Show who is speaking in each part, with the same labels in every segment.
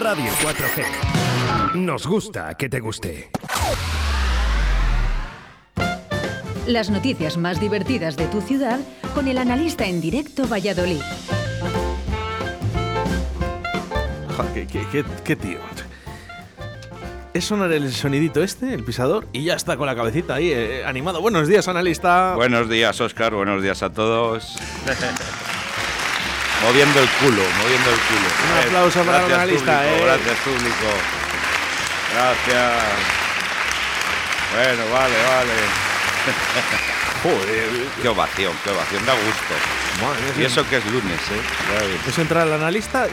Speaker 1: Radio 4G. Nos gusta que te guste.
Speaker 2: Las noticias más divertidas de tu ciudad con el analista en directo Valladolid.
Speaker 3: Ja, ¿Qué, qué, qué- qué tío? Es sonar el sonidito este, el pisador, y ya está con la cabecita ahí, eh, animado. Buenos días, analista.
Speaker 4: Buenos días, Oscar. Buenos días a todos. moviendo el culo, moviendo el culo.
Speaker 3: Un aplauso para el
Speaker 4: gracias,
Speaker 3: analista,
Speaker 4: público,
Speaker 3: eh.
Speaker 4: Gracias, público. Gracias. Bueno, vale, vale.
Speaker 3: Joder,
Speaker 4: Qué ovación, qué ovación. Da gusto.
Speaker 3: madre mía,
Speaker 4: Y eso que es lunes, ¿eh?
Speaker 3: Eso entra el analista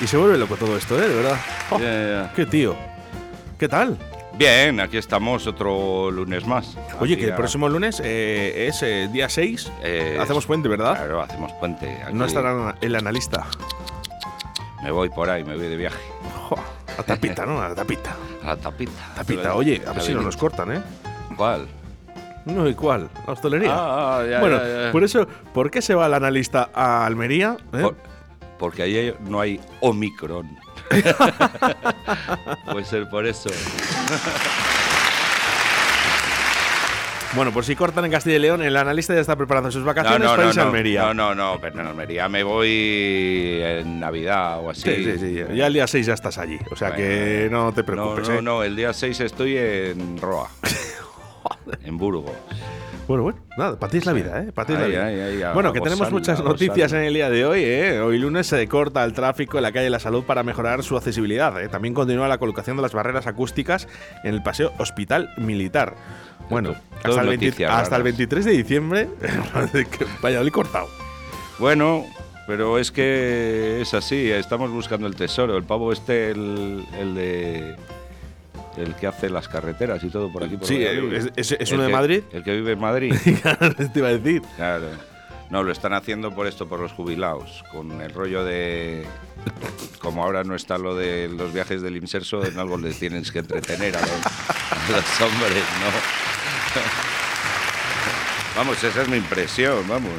Speaker 3: y se vuelve loco todo esto, ¿eh? De verdad. Oh,
Speaker 4: Ya, ya, ya.
Speaker 3: ¡Qué tío! ¿Qué tal?
Speaker 4: Bien, aquí estamos otro lunes más.
Speaker 3: Oye,
Speaker 4: Aquí
Speaker 3: que el
Speaker 4: Ah, ya-
Speaker 3: próximo lunes eh, es eh, día 6.
Speaker 4: Eh,
Speaker 3: Hacemos puente, ¿verdad?
Speaker 4: Claro, hacemos puente. Aquí
Speaker 3: No estará el analista.
Speaker 4: Me voy por ahí, me voy de viaje.
Speaker 3: Jo, a tapita, ¿no? A tapita.
Speaker 4: A la tapita.
Speaker 3: Tapita, oye, a ver si no nos cortan, ¿eh?
Speaker 4: ¿Cuál?
Speaker 3: No, ¿y cuál? La hostelería.
Speaker 4: Ah, ah, ya,
Speaker 3: bueno,
Speaker 4: ya, ya.
Speaker 3: por eso, ¿por qué se va el analista a Almería? eh?
Speaker 4: Por- porque allí no hay Omicron. Puede ser por eso.
Speaker 3: Bueno, por si cortan en Castilla y León, el analista ya está preparando sus vacaciones para irse a Almería.
Speaker 4: no, no, no, pero en Almería me voy en Navidad o así.
Speaker 3: Sí, sí, sí. Ya el día 6 ya estás allí. O sea
Speaker 4: Bueno,
Speaker 3: que no te
Speaker 4: No,
Speaker 3: preocupes.
Speaker 4: no,
Speaker 3: ¿eh?
Speaker 4: no, el día 6 estoy en Roa. en Burgos.
Speaker 3: Bueno, bueno, nada, para ti es la vida, ¿eh? Para ti es la
Speaker 4: Ay,
Speaker 3: vida.
Speaker 4: ay, ay, a
Speaker 3: bueno, que
Speaker 4: gozar,
Speaker 3: tenemos muchas
Speaker 4: a
Speaker 3: noticias
Speaker 4: gozar.
Speaker 3: en el día de hoy, ¿eh? Hoy lunes se corta el tráfico en la calle de la Salud para mejorar su accesibilidad. ¿eh? También continúa la colocación de las barreras acústicas en el paseo Hospital Militar. Bueno,
Speaker 4: Todo- todo
Speaker 3: hasta el, 20
Speaker 4: noticias
Speaker 3: hasta el
Speaker 4: raras.
Speaker 3: 23 de diciembre, que Valladolid cortado.
Speaker 4: Bueno, pero es que es así, estamos buscando el tesoro. El pavo este, el, el de. El que hace las carreteras y todo por aquí. Por
Speaker 3: Sí,
Speaker 4: Valladolid.
Speaker 3: es- es- es
Speaker 4: El
Speaker 3: uno de
Speaker 4: que-
Speaker 3: Madrid.
Speaker 4: El que vive en Madrid.
Speaker 3: Te iba a decir.
Speaker 4: Claro. No, lo están haciendo por esto, por los jubilados, con el rollo de... Como ahora no está lo de los viajes del inserso, en algo les tienes que entretener a los, a los hombres, ¿no? Vamos, esa es mi impresión, vamos.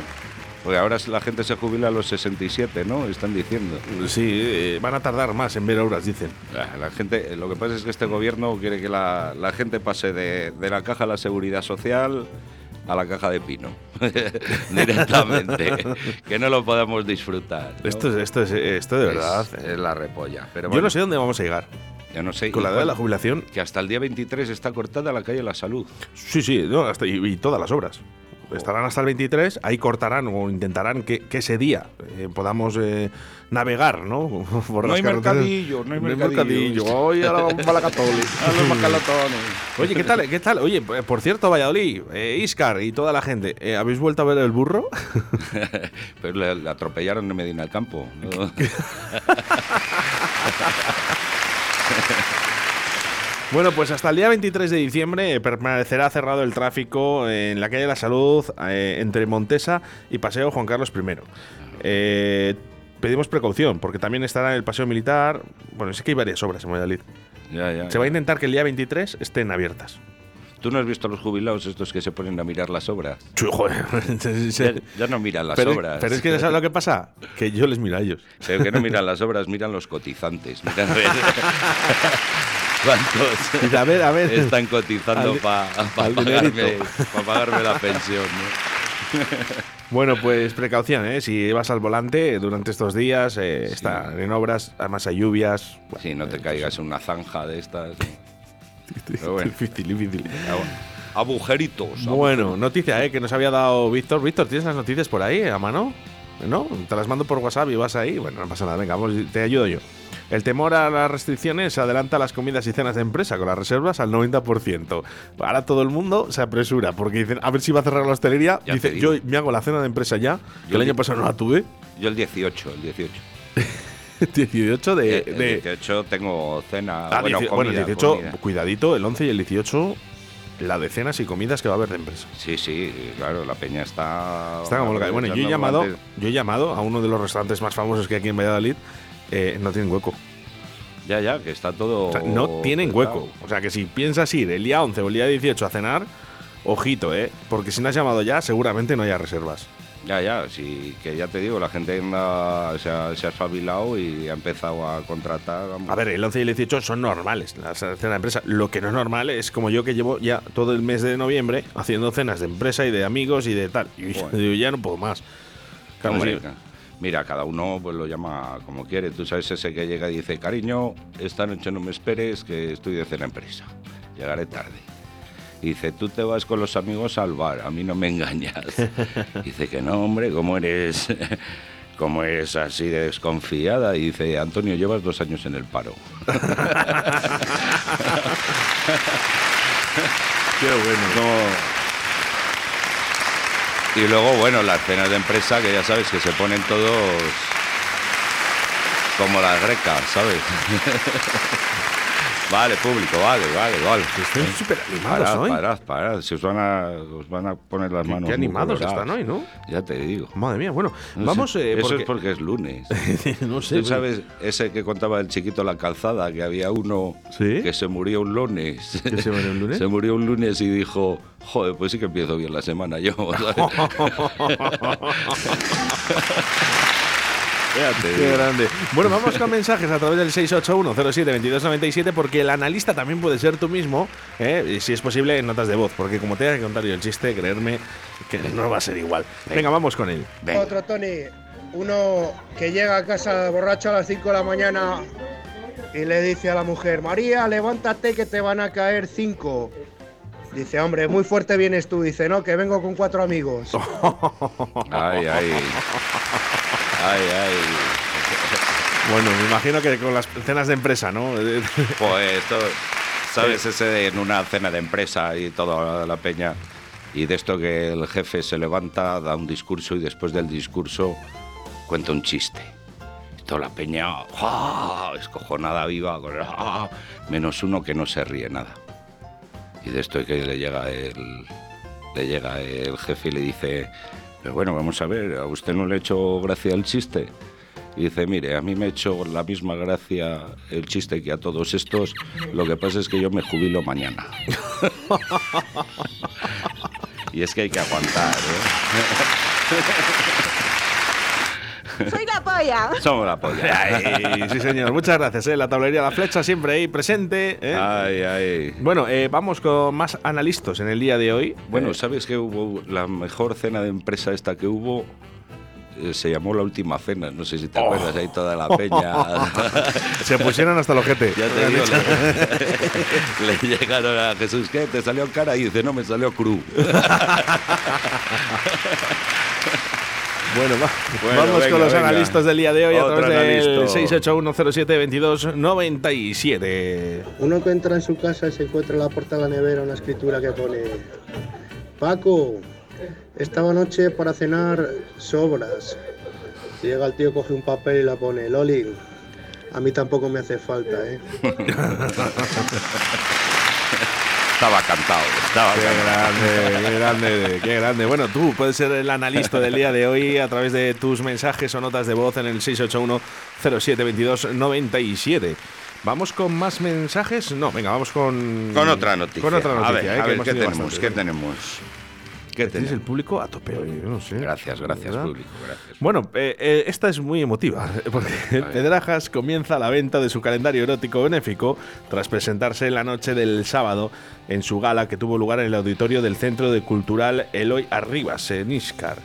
Speaker 4: Porque ahora la gente se jubila a los 67, ¿no? Están diciendo.
Speaker 3: Sí, eh, van a tardar más en ver obras, dicen.
Speaker 4: Ah, La gente, lo que pasa es que este gobierno quiere que la, la gente pase de, de la caja de la seguridad social a la caja de pino directamente, que no lo podamos disfrutar. ¿no?
Speaker 3: Esto, es- esto, es, esto de verdad.
Speaker 4: Es, es la repolla. Pero
Speaker 3: Yo
Speaker 4: bueno, Eh,
Speaker 3: no sé dónde vamos a llegar.
Speaker 4: yo no sé.
Speaker 3: Con la
Speaker 4: Y
Speaker 3: edad de la
Speaker 4: bueno,
Speaker 3: jubilación.
Speaker 4: Que hasta el día 23 está cortada la calle La Salud.
Speaker 3: Sí, sí, no, hasta- y, y todas las obras. Estarán hasta el 23, ahí cortarán o intentarán que, que ese día eh, podamos eh, navegar, ¿no? Por
Speaker 4: No
Speaker 3: las
Speaker 4: hay
Speaker 3: carreteras.
Speaker 4: mercadillo, no hay mercadillo.
Speaker 3: Hoy ahora vamos a la Católica. Mm. Oye, ¿qué tal? ¿Qué tal? Oye, p- por cierto, Valladolid, eh, Iscar y toda la gente, eh, ¿habéis vuelto a ver el burro?
Speaker 4: Pero le, le atropellaron en Medina del Campo. ¿no?
Speaker 3: Bueno, pues hasta el día 23 de diciembre eh, permanecerá cerrado el tráfico en la calle de la Salud eh, entre Montesa y Paseo Juan Carlos I. Eh, pedimos precaución porque también estará el Paseo Militar. Bueno, sé que hay varias obras en Valladolid.
Speaker 4: Ya, ya,
Speaker 3: Se va a
Speaker 4: ya.
Speaker 3: intentar que el día 23 estén abiertas.
Speaker 4: ¿Tú no has visto a los jubilados estos que se ponen a mirar las obras?
Speaker 3: Chu, joder.
Speaker 4: Ya, ya no miran las
Speaker 3: Este- pero,
Speaker 4: obras.
Speaker 3: pero es que ¿sabes lo que pasa? Que yo les miro a ellos.
Speaker 4: Pero que no miran las obras, miran los cotizantes. Miran a ver cuántos
Speaker 3: Dice, a ver, a ver.
Speaker 4: están cotizando
Speaker 3: Al-
Speaker 4: para
Speaker 3: al
Speaker 4: pagarme,
Speaker 3: dinerito.
Speaker 4: pa pagarme la pensión. ¿no?
Speaker 3: Bueno, pues precaución, ¿eh? Si vas al volante durante estos días, eh, están en obras, además hay lluvias.
Speaker 4: Sí, no te caigas en una zanja de estas. Pero bueno.
Speaker 3: Difícil, difícil.
Speaker 4: Abu- Agujeritos. abu-
Speaker 3: Bueno, noticia ¿eh? que nos había dado Víctor. Víctor, ¿tienes las noticias por ahí a mano? ¿No? Te las mando por WhatsApp y vas ahí. Bueno, no pasa nada, venga, vamos, te ayudo yo. El temor a las restricciones adelanta las comidas y cenas de empresa con las reservas al 90%. Ahora todo el mundo se apresura porque dicen, a ver si va a cerrar la hostelería.
Speaker 4: Ya te
Speaker 3: Dice, yo
Speaker 4: digo.
Speaker 3: me hago la cena de empresa ya, que
Speaker 4: Yo
Speaker 3: el año
Speaker 4: di-
Speaker 3: pasado no la tuve.
Speaker 4: Yo el 18, el 18.
Speaker 3: 18 de...
Speaker 4: Eh, el
Speaker 3: de-
Speaker 4: 18 tengo cena.
Speaker 3: ah,
Speaker 4: bueno,
Speaker 3: 18,
Speaker 4: comida,
Speaker 3: bueno, el 18,
Speaker 4: comida.
Speaker 3: cuidadito, el 11 y el 18, la de cenas y comidas que va a haber de empresa.
Speaker 4: Sí, sí, claro, la peña está.
Speaker 3: Está como loca. Bueno, yo he, llamado,
Speaker 4: antes-
Speaker 3: yo he llamado a uno de los restaurantes más famosos que hay aquí en Valladolid. eh, no tienen hueco.
Speaker 4: Ya, ya, que está todo.
Speaker 3: O sea,
Speaker 4: Oh,
Speaker 3: no tienen hueco. O sea, que si piensas ir el día 11 o el día 18 a cenar, ojito, ¿eh? Porque si no has llamado ya, seguramente no haya reservas.
Speaker 4: Ya, ya, sí, que ya te digo, la gente anda- se, ha, se ha espabilado y ha empezado a contratar. vamos.
Speaker 3: A ver, el 11 y el 18 son normales, las cenas de empresa. Lo que no es normal es como yo que llevo ya todo el mes de noviembre haciendo cenas de empresa y de amigos y de tal. Y yo
Speaker 4: Bueno.
Speaker 3: digo, ya no puedo más. Claro,
Speaker 4: Hombre,
Speaker 3: sí.
Speaker 4: ca- Mira, cada uno pues lo llama como quiere. Tú sabes ese que llega y dice, cariño, esta noche no me esperes, que estoy de cena empresa. Llegaré tarde. Y dice, tú te vas con los amigos al bar, a mí no me engañas. dice que no, hombre, ¿cómo eres? ¿Cómo eres así de desconfiada? Y dice, Antonio, llevas dos años en el paro.
Speaker 3: Qué bueno.
Speaker 4: Y luego, bueno, las cenas de empresa, que ya sabes que se ponen todos como las grecas, ¿sabes? vale, público, vale, vale, vale.
Speaker 3: Están súper animados
Speaker 4: Parad,
Speaker 3: hoy.
Speaker 4: parad, parad. Se os van a, os van a poner las
Speaker 3: Qué-
Speaker 4: manos.
Speaker 3: qué
Speaker 4: muy
Speaker 3: animados
Speaker 4: coloradas.
Speaker 3: están hoy, ¿no?
Speaker 4: Ya te digo.
Speaker 3: Madre mía, bueno,
Speaker 4: No
Speaker 3: vamos.
Speaker 4: sé,
Speaker 3: eh,
Speaker 4: Eso
Speaker 3: porque-
Speaker 4: es porque es lunes.
Speaker 3: no sé.
Speaker 4: Tú sabes, ese que contaba el chiquito la calzada, que había uno
Speaker 3: ¿Sí?
Speaker 4: que se murió un lunes.
Speaker 3: ¿Que se murió un lunes?
Speaker 4: Se murió un lunes y dijo, joder, pues sí que empiezo bien la semana yo. ¿sabes? Fíjate.
Speaker 3: Qué grande. Bueno, vamos con mensajes a través del 681072297 porque el analista también puede ser tú mismo, ¿eh? Y si es posible en notas de voz, porque como tenga que contar yo el chiste, creerme que no va a ser igual. Venga, vamos con él.
Speaker 4: Venga.
Speaker 5: Otro Tony, uno que llega a casa borracho a las 5 de la mañana y le dice a la mujer, María, levántate que te van a caer 5. Dice, hombre, muy fuerte vienes tú. Dice, no, que vengo con cuatro amigos.
Speaker 4: Ay, ay. Ay, ay.
Speaker 3: Bueno, me imagino que con las cenas de empresa, ¿no?
Speaker 4: Pues esto, ¿sabes? Ese de en una cena de empresa y toda la peña. Y de esto que el jefe se levanta, da un discurso y después del discurso cuenta un chiste. Y Toda la peña, ¡ah! escojonada viva, con el, ¡ah! menos uno que no se ríe nada. Y de esto que le llega el, le llega el jefe y le dice, pero bueno, vamos a ver, ¿a usted no le ha hecho gracia el chiste? Y dice, mire, a mí me ha hecho la misma gracia el chiste que a todos estos, lo que pasa es que yo me jubilo mañana. y es que hay que aguantar, ¿eh?
Speaker 6: Soy la polla.
Speaker 4: Somos la polla.
Speaker 3: Ay, sí, señor. Muchas gracias, ¿eh? La tablería La Flecha siempre ahí presente. ¿eh?
Speaker 4: Ay, ay.
Speaker 3: Bueno, eh, vamos con más analistas en el día de hoy.
Speaker 4: Bueno,
Speaker 3: Eh,
Speaker 4: ¿sabes que hubo? La mejor cena de empresa esta que hubo eh, se llamó La Última Cena. No sé si
Speaker 3: Oh.
Speaker 4: te acuerdas, ahí toda la peña.
Speaker 3: se pusieron hasta el ojete.
Speaker 4: Ya te digo, le, le llegaron a Jesús, ¿qué? ¿Te salió cara? Y dice, no, me salió cru.
Speaker 3: Bueno, va-
Speaker 4: Bueno,
Speaker 3: vamos
Speaker 4: venga,
Speaker 3: con los
Speaker 4: venga.
Speaker 3: analistas del día de hoy
Speaker 4: Otro
Speaker 3: a través
Speaker 4: analista.
Speaker 3: del 681072297.
Speaker 5: Uno que entra en su casa y se encuentra en la puerta de la nevera una escritura que pone, Paco, estaba noche para cenar sobras. Llega el tío, coge un papel y la pone, Loli, a mí tampoco me hace falta, ¿eh?
Speaker 4: Estaba cantado, estaba
Speaker 3: Qué
Speaker 4: cantado.
Speaker 3: grande, qué grande, qué grande. Bueno, tú puedes ser el analista del día de hoy a través de tus mensajes o notas de voz en el 681072297. Vamos con más mensajes. No, venga, vamos con
Speaker 4: Con otra noticia.
Speaker 3: Con otra noticia.
Speaker 4: A ver,
Speaker 3: eh,
Speaker 4: a
Speaker 3: que
Speaker 4: ver,
Speaker 3: hemos
Speaker 4: ¿qué
Speaker 3: tenido
Speaker 4: tenemos?
Speaker 3: bastante.
Speaker 4: ¿Qué tenemos? ¿Qué
Speaker 3: Tienes el
Speaker 4: tenemos?
Speaker 3: público a tope hoy, yo no sé.
Speaker 4: Gracias, gracias,
Speaker 3: ¿Verdad?
Speaker 4: público. Gracias.
Speaker 3: Bueno, eh, eh, esta es muy emotiva, porque Pedrajas comienza la venta de su calendario erótico benéfico tras presentarse la noche del sábado en su gala que tuvo lugar en el auditorio del Centro de Cultural Eloy Arribas, en Iscar.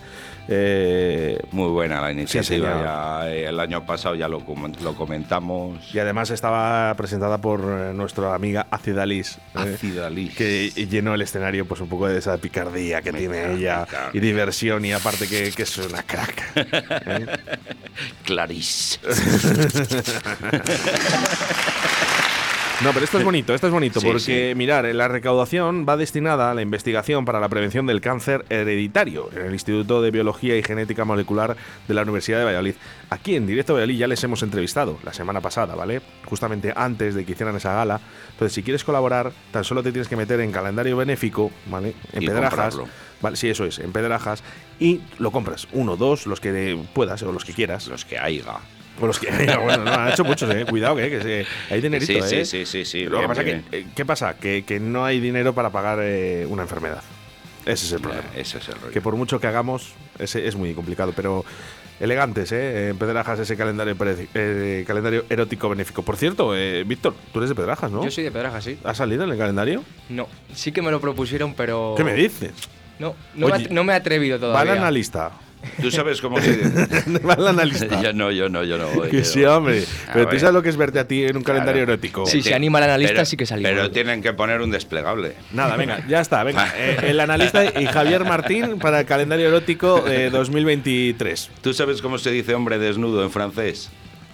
Speaker 3: Eh,
Speaker 4: Muy buena la
Speaker 3: señor.
Speaker 4: iniciativa. ya, eh, el año pasado ya lo, com- lo comentamos.
Speaker 3: y además estaba presentada por eh, nuestra amiga Acidalis. eh,
Speaker 4: Ácida Liz.
Speaker 3: que llenó el escenario pues un poco de esa picardía que tiene ella
Speaker 4: picardía.
Speaker 3: y diversión y aparte que, que es una crack. ¿eh?
Speaker 4: Clarice.
Speaker 3: No, pero esto es bonito, esto es bonito,
Speaker 4: Sí,
Speaker 3: porque mirar, eh, la recaudación va destinada a la investigación para la prevención del cáncer hereditario en el Instituto de Biología y Genética Molecular de la Universidad de Valladolid. Aquí en Directo Valladolid ya les hemos entrevistado la semana pasada, ¿vale? Justamente antes de que hicieran esa gala. Entonces, si quieres colaborar, tan solo te tienes que meter en calendario benéfico, ¿vale? En
Speaker 4: Y
Speaker 3: Pedrajas.
Speaker 4: comprarlo.
Speaker 3: Vale, sí, eso es, en Pedrajas. Y lo compras, uno, dos, los que puedas o los que quieras.
Speaker 4: Los que haiga.
Speaker 3: O los que. Bueno, no, han hecho muchos, eh. Cuidado, que, que se- hay dinerito,
Speaker 4: Sí, sí,
Speaker 3: eh.
Speaker 4: sí, sí, sí,
Speaker 3: Lo que
Speaker 4: bien,
Speaker 3: pasa
Speaker 4: bien,
Speaker 3: que, eh, ¿Qué pasa? Que, que no hay dinero para pagar eh, una enfermedad. Ese es el problema.
Speaker 4: Ya, Ese es el rollo.
Speaker 3: que por mucho que hagamos, ese es muy complicado, pero elegantes, ¿eh? En Pedrajas ese calendario, pereci- eh, calendario erótico benéfico. Por cierto, eh, Víctor, tú eres de Pedrajas, ¿no?
Speaker 7: Yo soy de Pedraja, sí.
Speaker 3: ¿Has salido en el calendario?
Speaker 7: No, sí que me lo propusieron,
Speaker 4: Oh.
Speaker 7: pero.
Speaker 3: ¿Qué me dices?
Speaker 7: No, no, me,
Speaker 3: Oye,
Speaker 7: at- no me he atrevido
Speaker 3: Va el
Speaker 7: todavía.
Speaker 3: analista.
Speaker 4: Tú sabes cómo se...
Speaker 3: Va el analista.
Speaker 4: yo no, yo no, yo no voy.
Speaker 3: Que
Speaker 4: yo
Speaker 3: sí,
Speaker 4: no.
Speaker 3: hombre.
Speaker 4: A
Speaker 3: Pero tú
Speaker 4: ver.
Speaker 3: sabes lo que es verte a ti en un calendario
Speaker 4: Claro.
Speaker 3: erótico.
Speaker 7: Sí, Si se anima el analista,
Speaker 4: Pero-
Speaker 7: sí que salimos.
Speaker 4: Pero tienen que poner un desplegable.
Speaker 3: Nada, venga, ya está, venga. Eh, el analista y Javier Martín para el calendario erótico eh, 2023.
Speaker 4: ¿Tú sabes cómo se dice hombre desnudo en francés?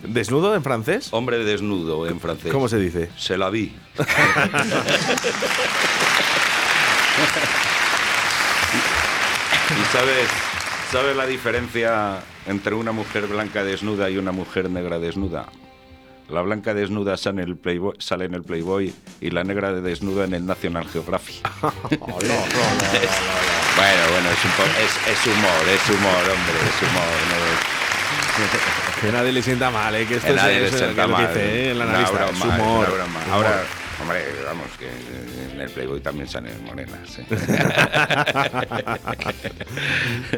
Speaker 3: ¿Desnudo en francés?
Speaker 4: Hombre desnudo en francés.
Speaker 3: ¿Cómo se dice?
Speaker 4: Se la vi. ¿Y sabes, sabes la diferencia entre una mujer blanca desnuda y una mujer negra desnuda? La blanca desnuda sale en el Playboy, sale en el Playboy y la negra de desnuda en el National Geographic. Bueno, bueno, es, un po- es- es humor, es humor, hombre, es humor. no-
Speaker 3: Que nadie le sienta mal, ¿eh? Que esto
Speaker 4: que
Speaker 3: es,
Speaker 4: nadie
Speaker 3: es
Speaker 4: le
Speaker 3: el
Speaker 4: sienta
Speaker 3: que lo
Speaker 4: mal.
Speaker 3: dice, ¿eh? El
Speaker 4: Una
Speaker 3: analista.
Speaker 4: broma,
Speaker 3: es
Speaker 4: es una
Speaker 3: humor,
Speaker 4: broma.
Speaker 3: humor.
Speaker 4: Ahora, hombre, vamos, que eh, en el Playboy también salen morenas. ¿eh?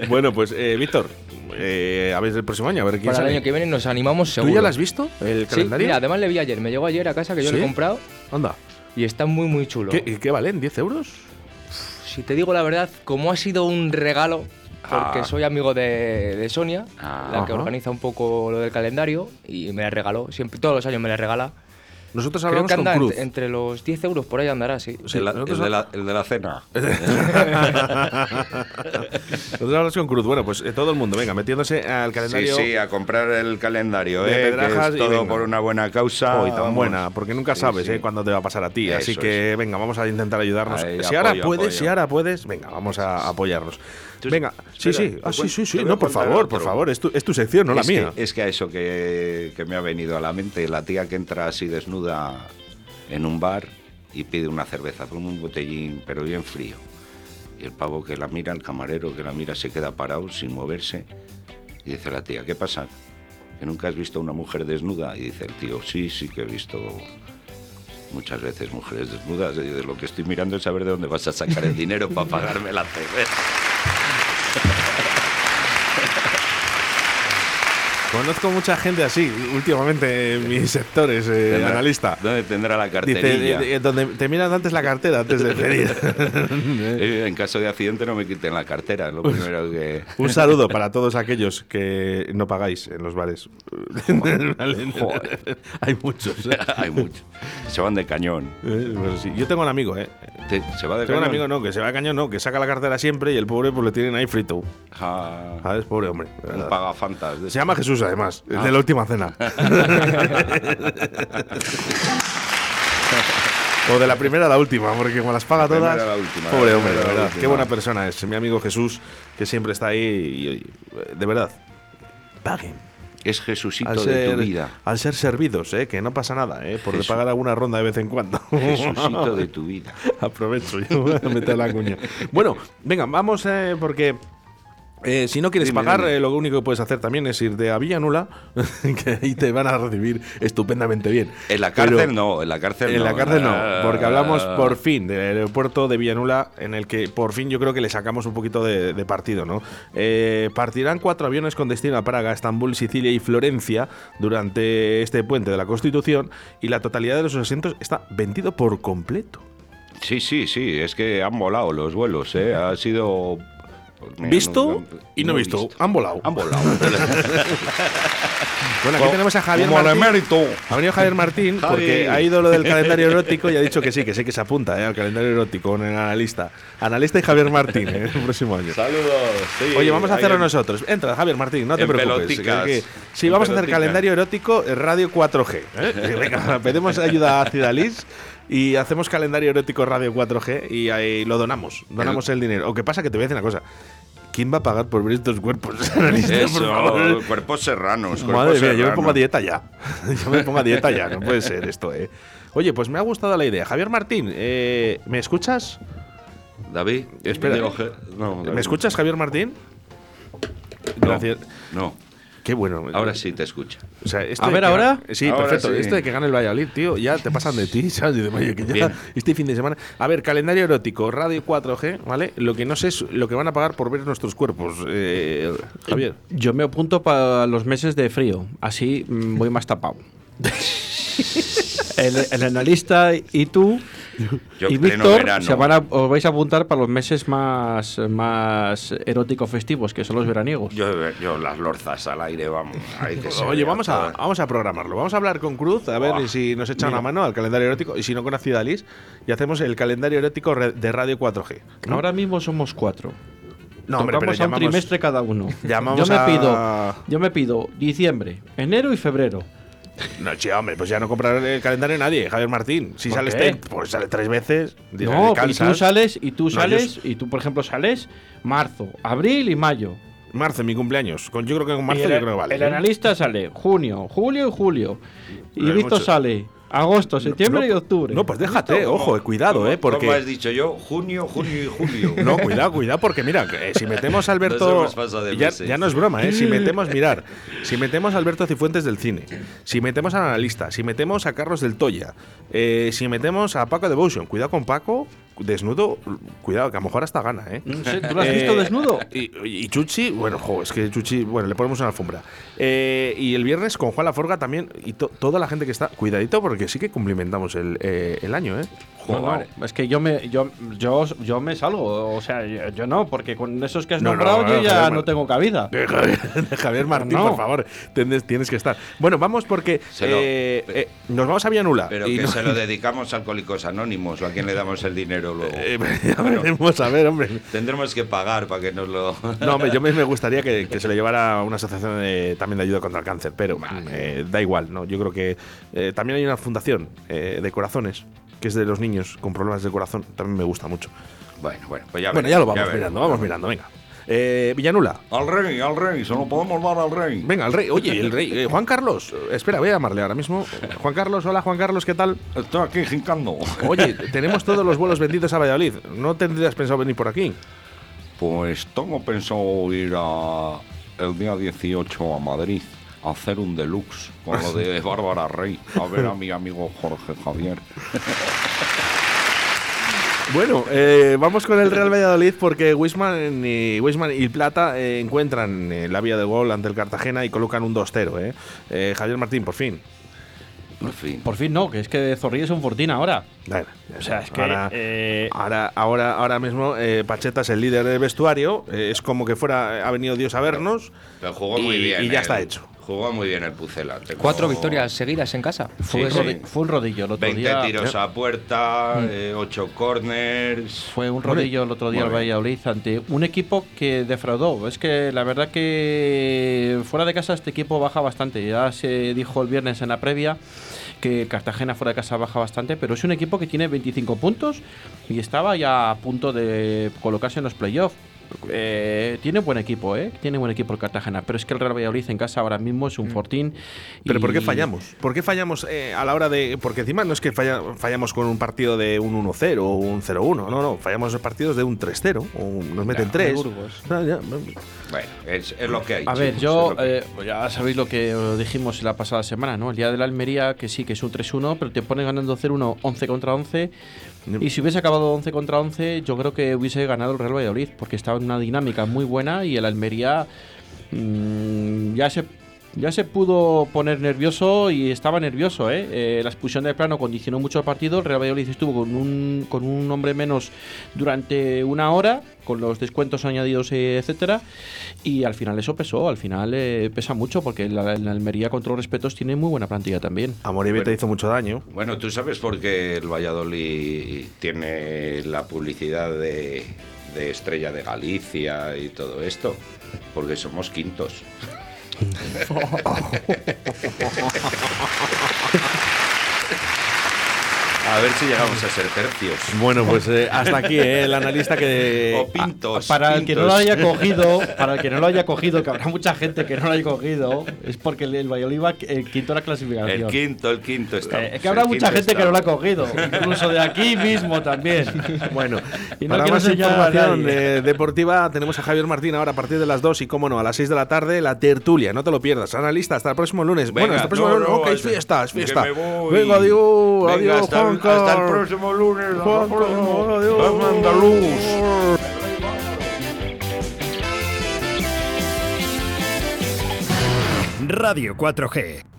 Speaker 3: bueno, pues, eh, Víctor, eh, a ver el próximo año, a ver quién
Speaker 7: Para el
Speaker 3: sale.
Speaker 7: año que viene nos animamos
Speaker 3: ¿Tú
Speaker 7: seguro.
Speaker 3: ya lo has visto, el
Speaker 7: Sí,
Speaker 3: calendario?
Speaker 7: mira, además le vi ayer. Me llegó ayer a casa que yo lo
Speaker 3: ¿Sí?
Speaker 7: he comprado
Speaker 3: Anda.
Speaker 7: y está muy, muy chulo.
Speaker 3: ¿Qué, y qué valen? ¿10 euros?
Speaker 7: Si te digo la verdad, como ha sido un regalo, porque
Speaker 4: Ah.
Speaker 7: soy amigo de, de Sonia,
Speaker 4: Ah.
Speaker 7: la que
Speaker 3: Ajá.
Speaker 7: organiza un poco lo del calendario, y me la regaló. Siempre, todos los años me la regala.
Speaker 3: Nosotros
Speaker 7: Creo
Speaker 3: hablamos
Speaker 7: que anda
Speaker 3: con Cruz. Pues,
Speaker 7: entre, entre los 10 euros por ahí andará, sí.
Speaker 3: Sí,
Speaker 4: el, la-
Speaker 3: nosotros
Speaker 4: el de la, el de la cena.
Speaker 3: Nosotros hablamos con Cruz. Bueno, pues eh, todo el mundo, venga, metiéndose al
Speaker 4: Sí,
Speaker 3: calendario.
Speaker 4: sí, a comprar el calendario,
Speaker 3: De
Speaker 4: ¿eh? que
Speaker 3: Pedrajas
Speaker 4: es
Speaker 3: y
Speaker 4: todo
Speaker 3: venga.
Speaker 4: por una buena causa.
Speaker 3: Hoy tan
Speaker 4: vamos.
Speaker 3: buena, porque nunca
Speaker 4: Sí,
Speaker 3: sabes
Speaker 4: sí.
Speaker 3: eh, cuándo te va a pasar a ti.
Speaker 4: Eso
Speaker 3: así que venga, vamos a intentar ayudarnos.
Speaker 4: Ahí,
Speaker 3: si ahora
Speaker 4: apoyo,
Speaker 3: puedes,
Speaker 4: apoyo.
Speaker 3: si ahora puedes, venga, vamos a apoyarnos.
Speaker 4: Tú-
Speaker 3: venga, sí,
Speaker 4: espera,
Speaker 3: sí,
Speaker 4: te
Speaker 3: ah, sí,
Speaker 4: voy-
Speaker 3: sí,
Speaker 4: te
Speaker 3: sí.
Speaker 4: voy a
Speaker 3: No, por
Speaker 4: contar
Speaker 3: favor,
Speaker 4: otro.
Speaker 3: por favor, es tu, es tu sección, no la
Speaker 4: es
Speaker 3: mía.
Speaker 4: Que, es que a eso que, que me ha venido a la mente, la tía que entra así desnuda en un bar y pide una cerveza con un botellín, pero bien frío. Y el pavo que la mira, el camarero que la mira, se queda parado sin moverse. Y dice la tía, ¿qué pasa? ¿Que nunca has visto a una mujer desnuda? Y dice el tío, sí, sí que he visto muchas veces mujeres desnudas. Y de lo que estoy mirando es saber de dónde vas a sacar el dinero para pagarme la cerveza.
Speaker 3: Conozco mucha gente así últimamente en mis sectores, eh,
Speaker 4: Tendrá-
Speaker 3: analista.
Speaker 4: ¿Dónde tendrá la
Speaker 3: Dice,
Speaker 4: carterilla?
Speaker 3: eh, eh, donde te miran antes la cartera, antes de pedir.
Speaker 4: Eh, en caso de accidente no me quiten la cartera, es
Speaker 3: Pues
Speaker 4: lo primero que...
Speaker 3: Un saludo para todos aquellos que no pagáis en los bares. Hay muchos. ¿eh?
Speaker 4: Hay mucho. Se van de cañón.
Speaker 3: Eh, pues sí. Yo tengo un amigo, ¿eh?
Speaker 4: Te- se va de
Speaker 3: Tengo un
Speaker 4: cañón.
Speaker 3: amigo, no, que se va a cañón, no, que saca la cartera siempre y el pobre pues lo tienen ahí frito.
Speaker 4: Ah,
Speaker 3: ¿Sabes? Pobre hombre. de
Speaker 4: un Ah.
Speaker 3: verdad.
Speaker 4: pagafantas. de-
Speaker 3: Se llama Jesús, además, el de la última cena. o de la primera a la última, porque como las paga
Speaker 4: La primera
Speaker 3: todas.
Speaker 4: a la última,
Speaker 3: pobre
Speaker 4: la
Speaker 3: hombre, de
Speaker 4: primera a la
Speaker 3: verdad.
Speaker 4: última.
Speaker 3: Qué buena persona es, mi amigo Jesús, que siempre está ahí. y- y, de verdad, paguen.
Speaker 4: Es Jesucito de tu vida.
Speaker 3: al ser servidos, ¿eh? que no pasa nada, ¿eh? por
Speaker 4: Jesús.
Speaker 3: pagar alguna ronda de vez en cuando.
Speaker 4: Jesucito de tu vida.
Speaker 3: Aprovecho, yo voy a meter la cuña. Bueno, venga, vamos eh, porque. eh, si no quieres
Speaker 4: Dime,
Speaker 3: pagar,
Speaker 4: dime.
Speaker 3: eh, lo único que puedes hacer también es irte a Villanula, que ahí te van a recibir estupendamente bien.
Speaker 4: En la cárcel
Speaker 3: Pero-
Speaker 4: no, en la cárcel
Speaker 3: En
Speaker 4: no.
Speaker 3: la cárcel no,
Speaker 4: Ah.
Speaker 3: porque hablamos por fin del aeropuerto de Villanula, en el que por fin yo creo que le sacamos un poquito de, de partido, ¿no? Eh, partirán cuatro aviones con destino a Praga, Estambul, Sicilia y Florencia durante este puente de la Constitución y la totalidad de los asientos está vendido por completo.
Speaker 4: Sí, sí, sí, es que han volado los vuelos, ¿eh? Ha sido... eh, Mira,
Speaker 3: Visto y no visto. Han volado.
Speaker 4: Han volado.
Speaker 3: Bueno, aquí tenemos a Javier
Speaker 4: Como
Speaker 3: Martín.
Speaker 4: emérito.
Speaker 3: Ha venido Javier Martín
Speaker 4: Javi.
Speaker 3: porque ha ido lo del calendario erótico y ha dicho que sí, que sé que se apunta ¿eh? al calendario erótico con el analista. Analista y Javier Martín ¿eh? el próximo año.
Speaker 4: Saludos. sí,
Speaker 3: Oye, vamos a
Speaker 4: ahí
Speaker 3: hacerlo
Speaker 4: en-
Speaker 3: nosotros. Entra, Javier Martín, no te
Speaker 4: en
Speaker 3: preocupes.
Speaker 4: peloticas.
Speaker 3: que- que- sí,
Speaker 4: En
Speaker 3: vamos a hacer
Speaker 4: peloticas.
Speaker 3: calendario erótico eh, Radio 4G. ¿eh? Venga, pedimos ayuda a Cidalis y hacemos calendario erótico Radio 4G y ahí lo donamos. Donamos el, dinero. Aunque pasa que te voy a decir una cosa. ¿Quién va a pagar por ver estos cuerpos? analista, por favor?
Speaker 4: Eso, pues cuerpos serranos. cuerpos
Speaker 3: Madre mía, yo me
Speaker 4: serranos.
Speaker 3: pongo a dieta ya. Yo me pongo a dieta ya, no puede ser esto, eh. Oye, pues me ha gustado la idea. Javier Martín, eh, ¿me escuchas?
Speaker 4: David,
Speaker 3: Espera.
Speaker 4: Digo, je- no, David.
Speaker 3: ¿Me escuchas, Javier Martín?
Speaker 4: No,
Speaker 3: Gracias.
Speaker 4: No.
Speaker 3: Qué bueno.
Speaker 4: Ahora sí te escucha.
Speaker 3: O sea, esto
Speaker 8: A
Speaker 3: de
Speaker 8: ver,
Speaker 3: que-
Speaker 8: ¿ahora?
Speaker 3: Sí,
Speaker 4: Ahora
Speaker 3: perfecto.
Speaker 4: sí.
Speaker 3: Esto de que gane el Valladolid, tío, ya te pasan de ti, ¿sabes? Dices, "Oye, que ya
Speaker 4: Bien.
Speaker 3: este fin de semana. A ver, calendario erótico, radio 4G, ¿vale? Lo que no sé es lo que van a pagar por ver nuestros cuerpos, eh, Javier.
Speaker 8: Yo me apunto para los meses de frío, así mm, voy más tapado. el, el analista y tú
Speaker 4: Yo
Speaker 8: y
Speaker 4: en pleno
Speaker 8: Víctor
Speaker 4: verano.
Speaker 8: se van a- os vais a apuntar para los meses más, más eróticos festivos, que son los veraniegos.
Speaker 4: Yo, yo las lorzas al aire, vamos. Ay, que se
Speaker 3: Oye,
Speaker 4: vea
Speaker 3: vamos a,
Speaker 4: todo. ¿eh?
Speaker 3: vamos a programarlo. Vamos a hablar con Cruz, a ver
Speaker 4: Buah,
Speaker 3: si nos echa una mano al calendario erótico, y si no con Acidalis, y hacemos el calendario erótico re- de radio 4G. ¿no?
Speaker 8: Ahora mismo somos cuatro.
Speaker 3: no, hombre, pero
Speaker 8: Tocamos a un
Speaker 3: llamamos-
Speaker 8: trimestre cada uno.
Speaker 3: llamamos
Speaker 8: yo me
Speaker 3: a-
Speaker 8: pido, yo me pido diciembre, enero y febrero.
Speaker 3: No, che, hombre, pues ya no comprar el calendario nadie, Javier Martín. Si
Speaker 8: ¿Por
Speaker 3: sales
Speaker 8: qué?
Speaker 3: te- pues sale tres veces. de-
Speaker 8: No, y
Speaker 3: descansas.
Speaker 8: tú sales y tú
Speaker 3: No, yo
Speaker 8: sales y tú, por ejemplo, sales marzo, abril y mayo.
Speaker 3: Marzo, mi cumpleaños. Con, yo creo que con
Speaker 8: Y
Speaker 3: marzo
Speaker 8: el,
Speaker 3: yo creo que vale.
Speaker 8: el
Speaker 3: ¿eh?
Speaker 8: analista sale junio, julio y julio. Y
Speaker 3: Pero hay
Speaker 8: Víctor
Speaker 3: mucho-
Speaker 8: sale agosto, septiembre
Speaker 3: Eh, No,
Speaker 8: y octubre.
Speaker 3: No, pues déjate, ojo, eh, cuidado,
Speaker 4: ¿Cómo-
Speaker 3: eh,
Speaker 4: ¿Cómo has
Speaker 3: porque.
Speaker 4: dicho yo? Junio, junio y julio.
Speaker 3: No, cuidado, cuidado, porque mira, que, eh, si metemos a Alberto.
Speaker 4: Nos hemos pasado de
Speaker 3: ya,
Speaker 4: meses.
Speaker 3: ya no es broma, ¿eh? Si metemos, mirar, si metemos a Alberto Cifuentes del cine, si metemos al analista, si metemos a Carlos del Toya, eh, si metemos a Paco Devotion, cuidado con Paco, desnudo, cuidado, que a lo mejor hasta gana, ¿eh?
Speaker 8: No sé, ¿Tú lo has
Speaker 3: Eh,
Speaker 8: visto desnudo?
Speaker 3: Y, y Chuchi, bueno, jo, es que Chuchi, bueno, le ponemos una alfombra. Eh, y el viernes con Juan Laforga también, y to- toda la gente que está, cuidadito, porque sí que cumplimentamos el, eh, el año, ¿eh?
Speaker 8: No, no,
Speaker 4: Joder.
Speaker 8: es que yo me, yo, yo, yo me salgo, o sea, yo, yo no, porque con esos que has
Speaker 3: No, no,
Speaker 8: nombrado
Speaker 3: no,
Speaker 8: yo
Speaker 3: no,
Speaker 8: ya
Speaker 3: Javier,
Speaker 8: no
Speaker 3: bueno.
Speaker 8: tengo cabida.
Speaker 3: De Javier, de Javier Martín,
Speaker 8: No.
Speaker 3: por favor, tienes, tienes que estar. Bueno, vamos porque
Speaker 4: Se lo-
Speaker 3: eh, eh, nos vamos a Villanula.
Speaker 4: Pero
Speaker 3: y
Speaker 4: que
Speaker 3: no-
Speaker 4: se lo dedicamos a Alcohólicos Anónimos, o a quien le damos el dinero luego.
Speaker 3: Eh, ya
Speaker 4: Bueno,
Speaker 3: veremos, a ver, hombre.
Speaker 4: tendremos que pagar para que nos lo.
Speaker 3: No, hombre, yo me me gustaría que, que se lo llevara a una asociación de- también de ayuda contra el cáncer, pero eh, da igual, ¿no? Yo creo que eh, también hay una fundación eh, de corazones, que es de los niños con problemas de corazón, también me gusta mucho.
Speaker 4: Bueno, bueno, pues ya
Speaker 3: bueno,
Speaker 4: veremos,
Speaker 3: ya lo vamos
Speaker 4: veremos.
Speaker 3: mirando, vamos mirando, venga. Eh, Villanula,
Speaker 4: Al rey, al rey, se lo podemos dar al rey.
Speaker 3: venga, el rey, oye, el rey, eh, Juan Carlos, eh, espera, voy a llamarle ahora mismo. Juan Carlos, hola Juan Carlos, ¿qué tal?
Speaker 4: Estoy aquí jincando.
Speaker 3: Oye, tenemos todos los vuelos vendidos a Valladolid. ¿No tendrías pensado venir por aquí?
Speaker 4: Pues tengo pensado ir a, el día 18 a Madrid a hacer un deluxe con lo de Bárbara Rey, a ver a mi amigo Jorge Javier.
Speaker 3: Bueno, eh, vamos con el Real Valladolid porque Wisman y, Wisman y Plata eh, encuentran eh, la vía de gol ante el Cartagena y colocan un 2-0. ¿eh? Eh, Javier Martín, por fin.
Speaker 4: Por fin.
Speaker 8: Por fin no, que es que Zorrilla es un fortín ahora.
Speaker 3: Bueno,
Speaker 8: O sea, es que
Speaker 3: Ahora, Ah,
Speaker 8: eh,
Speaker 3: ahora, ahora, ahora mismo eh, Pacheta es el líder del vestuario. eh, es como que fuera, ha venido Dios a vernos.
Speaker 4: Pero jugó
Speaker 3: y,
Speaker 4: muy bien.
Speaker 3: y ya
Speaker 4: el-
Speaker 3: está hecho.
Speaker 4: Jugó muy bien el Pucela.
Speaker 7: Cuatro
Speaker 3: oh.
Speaker 7: victorias seguidas en casa.
Speaker 8: fue, un
Speaker 4: sí.
Speaker 8: rodi- fue un rodillo el otro
Speaker 4: 20
Speaker 8: día. Mm.
Speaker 4: tiros a puerta, 8 corners.
Speaker 8: Fue un rodillo el otro día el
Speaker 4: Muy bien.
Speaker 8: Valladolid ante un equipo que defraudó. Es que la verdad que fuera de casa este equipo baja bastante. Ya se dijo el viernes en la previa que Cartagena fuera de casa baja bastante, pero es un equipo que tiene 25 puntos y estaba ya a punto de colocarse en los playoffs. Eh, tiene buen equipo, ¿eh? Tiene buen equipo el Cartagena, pero es que el Real Valladolid en casa ahora mismo es un fortín.
Speaker 3: Mm. ¿Pero
Speaker 8: y-
Speaker 3: por qué fallamos? ¿Por qué fallamos eh, a la hora de.? Porque encima no es que falla- fallamos con un partido de un 1-0 o un 0-1. No, no. Fallamos en partidos de un 3-0. o un- Nos meten
Speaker 8: de
Speaker 3: 3.
Speaker 8: Burgos.
Speaker 3: Ah, ya,
Speaker 4: Bueno, es, es lo que hay.
Speaker 8: A ver,
Speaker 4: chicos,
Speaker 8: yo,
Speaker 4: es lo que hay.
Speaker 8: eh, ya sabéis lo que os dijimos la pasada semana, ¿no? El día de la Almería, que sí, que es un 3-1, pero te pones ganando 0-1, 11 contra 11. Y si hubiese acabado 11 contra 11, yo creo que hubiese ganado el Real Valladolid, porque estaba en una dinámica muy buena y el Almería mm, ya se. Ya se pudo poner nervioso y estaba nervioso, ¿eh? Eh, La expulsión de plano condicionó mucho el partido. El Real Valladolid estuvo con un, con un hombre menos durante una hora, con los descuentos añadidos, eh, etcétera. Y al final eso pesó, al final eh, pesa mucho porque la, la Almería, con todos los respetos, tiene muy buena plantilla también.
Speaker 3: Amoribeta hizo mucho daño.
Speaker 4: Bueno, tú sabes por qué el Valladolid tiene la publicidad de, de Estrella de Galicia y todo esto. Porque somos quintos. A ver si llegamos a ser tercios.
Speaker 3: Bueno, pues eh, hasta aquí ¿eh? el analista que. ah,
Speaker 4: O pintos.
Speaker 8: Para el que no lo
Speaker 4: pintos.
Speaker 8: haya cogido, para el que no lo haya cogido, que habrá mucha gente que no lo haya cogido, es porque el, el Valladolid va el quinto en la
Speaker 4: El
Speaker 8: clasificación.
Speaker 4: quinto, el quinto está.
Speaker 8: Eh, es que habrá mucha gente que no lo ha cogido, incluso de aquí mismo también.
Speaker 3: Bueno,
Speaker 8: Y no
Speaker 3: para
Speaker 8: quiero
Speaker 3: más
Speaker 8: señalar a
Speaker 3: información
Speaker 8: nadie.
Speaker 3: eh, deportiva tenemos a Javier Martín ahora a partir de las 2 y, cómo no, a las 6 de la tarde la tertulia. No te lo pierdas. Analista, hasta el próximo lunes. bueno,
Speaker 4: Venga,
Speaker 3: hasta el próximo
Speaker 4: no,
Speaker 3: lunes.
Speaker 4: no,
Speaker 3: ok, es
Speaker 4: hasta-
Speaker 3: fiesta, es
Speaker 4: que
Speaker 3: fiesta.
Speaker 4: me voy.
Speaker 3: Venga, adiós,
Speaker 4: Venga,
Speaker 3: adiós,
Speaker 4: hasta, el-
Speaker 3: Juanca.
Speaker 4: hasta el próximo lunes. hasta el
Speaker 3: Juanca,
Speaker 4: próximo-
Speaker 3: adiós.
Speaker 4: Vamos, andaluz.
Speaker 1: Radio 4G.